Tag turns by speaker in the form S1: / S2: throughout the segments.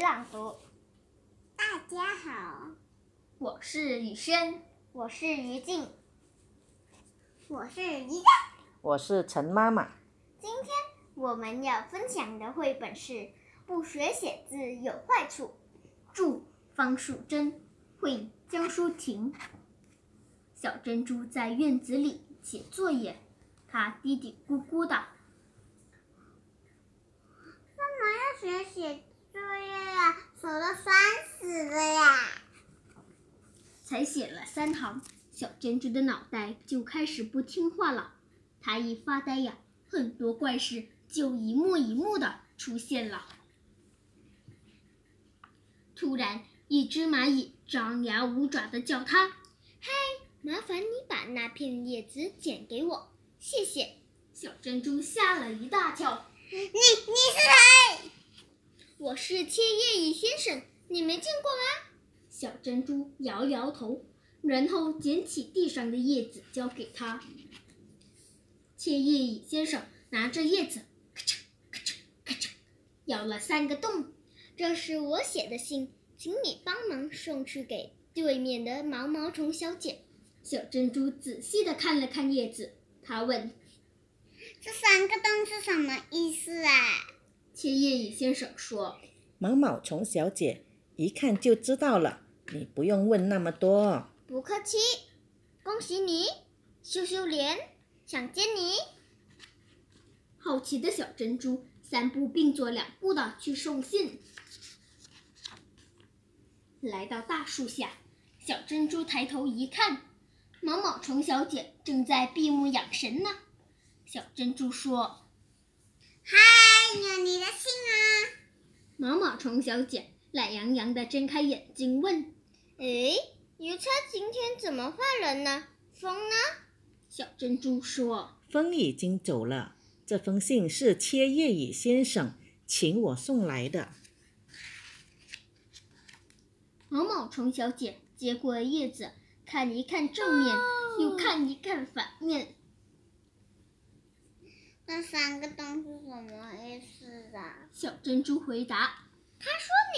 S1: 朗读。
S2: 大家好，
S3: 我是雨轩，
S1: 我是于静，
S2: 我是一
S4: 我是陈妈妈。
S1: 今天我们要分享的绘本是《不学写字有坏处》。
S3: 著方树珍，绘江淑婷。小珍珠在院子里写作业，它嘀嘀咕咕的。
S2: 大学写作业呀，手都酸死了呀！
S3: 才写了三行，小珍珠的脑袋就开始不听话了。它一发呆呀，很多怪事就一幕一幕的出现了。突然，一只蚂蚁张牙舞爪的叫它。
S1: 麻烦你把那片叶子剪给我，谢谢。
S3: 小珍珠吓了一大跳，
S2: 你你是谁？
S1: 我是切叶蚁先生，你没见过吗？
S3: 小珍珠摇摇头，然后捡起地上的叶子交给他。切叶蚁先生拿着叶子，咔嚓咔嚓咔嚓，咬了三个洞。
S1: 这是我写的信，请你帮忙送去给对面的毛毛虫小姐。
S3: 小珍珠仔细地看了看叶子，她问
S2: 这三个洞是什么意思啊？
S3: 切叶蚁先生说
S4: 毛毛虫小姐一看就知道了，你不用问那么多。
S1: 不客气，恭喜你，羞羞脸，想见你。：“
S3: 好奇的小珍珠三步并作两步地去送信。”来到大树下，小珍珠抬头一看，毛毛虫小姐正在闭目养神呢。小珍珠说。
S2: 哎呀，你的信啊！
S3: 毛毛虫小姐懒洋洋地睁开眼睛问
S1: 诶，邮差今天怎么换人呢？风呢？
S3: 小珍珠说
S4: 风已经走了，这封信是切叶蚁先生请我送来的。：“
S3: 毛毛虫小姐接过叶子，看一看正面，又看一看反面。
S2: 这三个洞是什么意思啊？”
S3: 小珍珠回答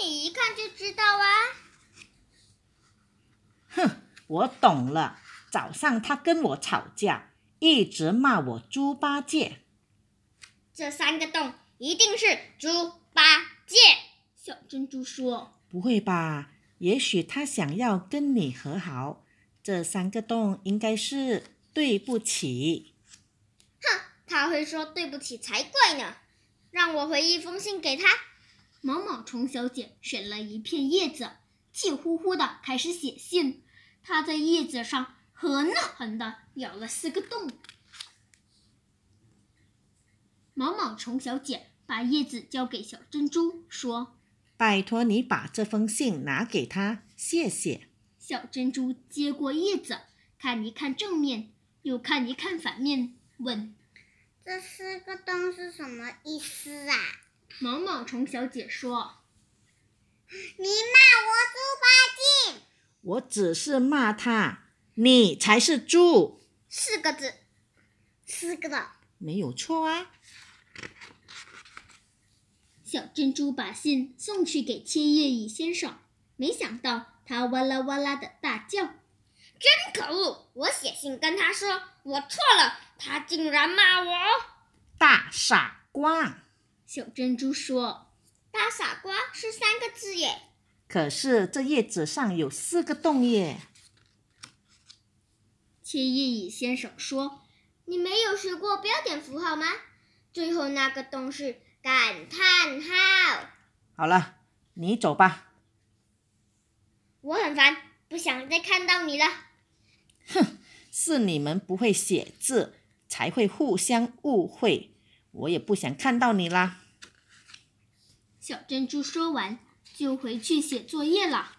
S1: 你一看就知道啊。
S4: 哼，我懂了。早上他跟我吵架，一直骂我猪八戒。
S1: 这三个洞一定是猪八戒。：“
S3: 小珍珠说，
S4: 不会吧？也许他想要跟你和好。这三个洞应该是对不起。
S1: 他会说对不起才怪呢。让我回一封信给他。
S3: 毛毛虫小姐选了一片叶子，气呼呼地开始写信。她在叶子上狠狠地咬了四个洞。毛毛虫小姐把叶子交给小珍珠，说：“
S4: 拜托你把这封信拿给他，谢谢。
S3: 小珍珠接过叶子，看一看正面，又看一看反面，问
S2: 这四个洞是什么意思啊？
S3: 毛毛虫小姐说
S2: 你骂我猪八戒！
S4: 我只是骂他，你才是猪，
S1: 四个字，
S2: 四个洞。
S4: 没有错啊。：“
S3: 小珍珠把信送去给切叶蚁先生，没想到他哇啦哇啦的大叫。
S1: 真可恶！我写信跟他说我错了，他竟然骂我
S4: 大傻瓜。
S3: 小珍珠说
S1: 大傻瓜，是三个字耶。
S4: 可是这叶子上有四个洞耶。：‘
S3: 切叶蚁先生说，
S1: 你没有学过标点符号吗？最后那个洞是感叹号。
S4: 好了，你走吧。
S1: 我很烦，不想再看到你了。
S4: 是你们不会写字，才会互相误会。我也不想看到你啦。
S3: 小珍珠说完就回去写作业了。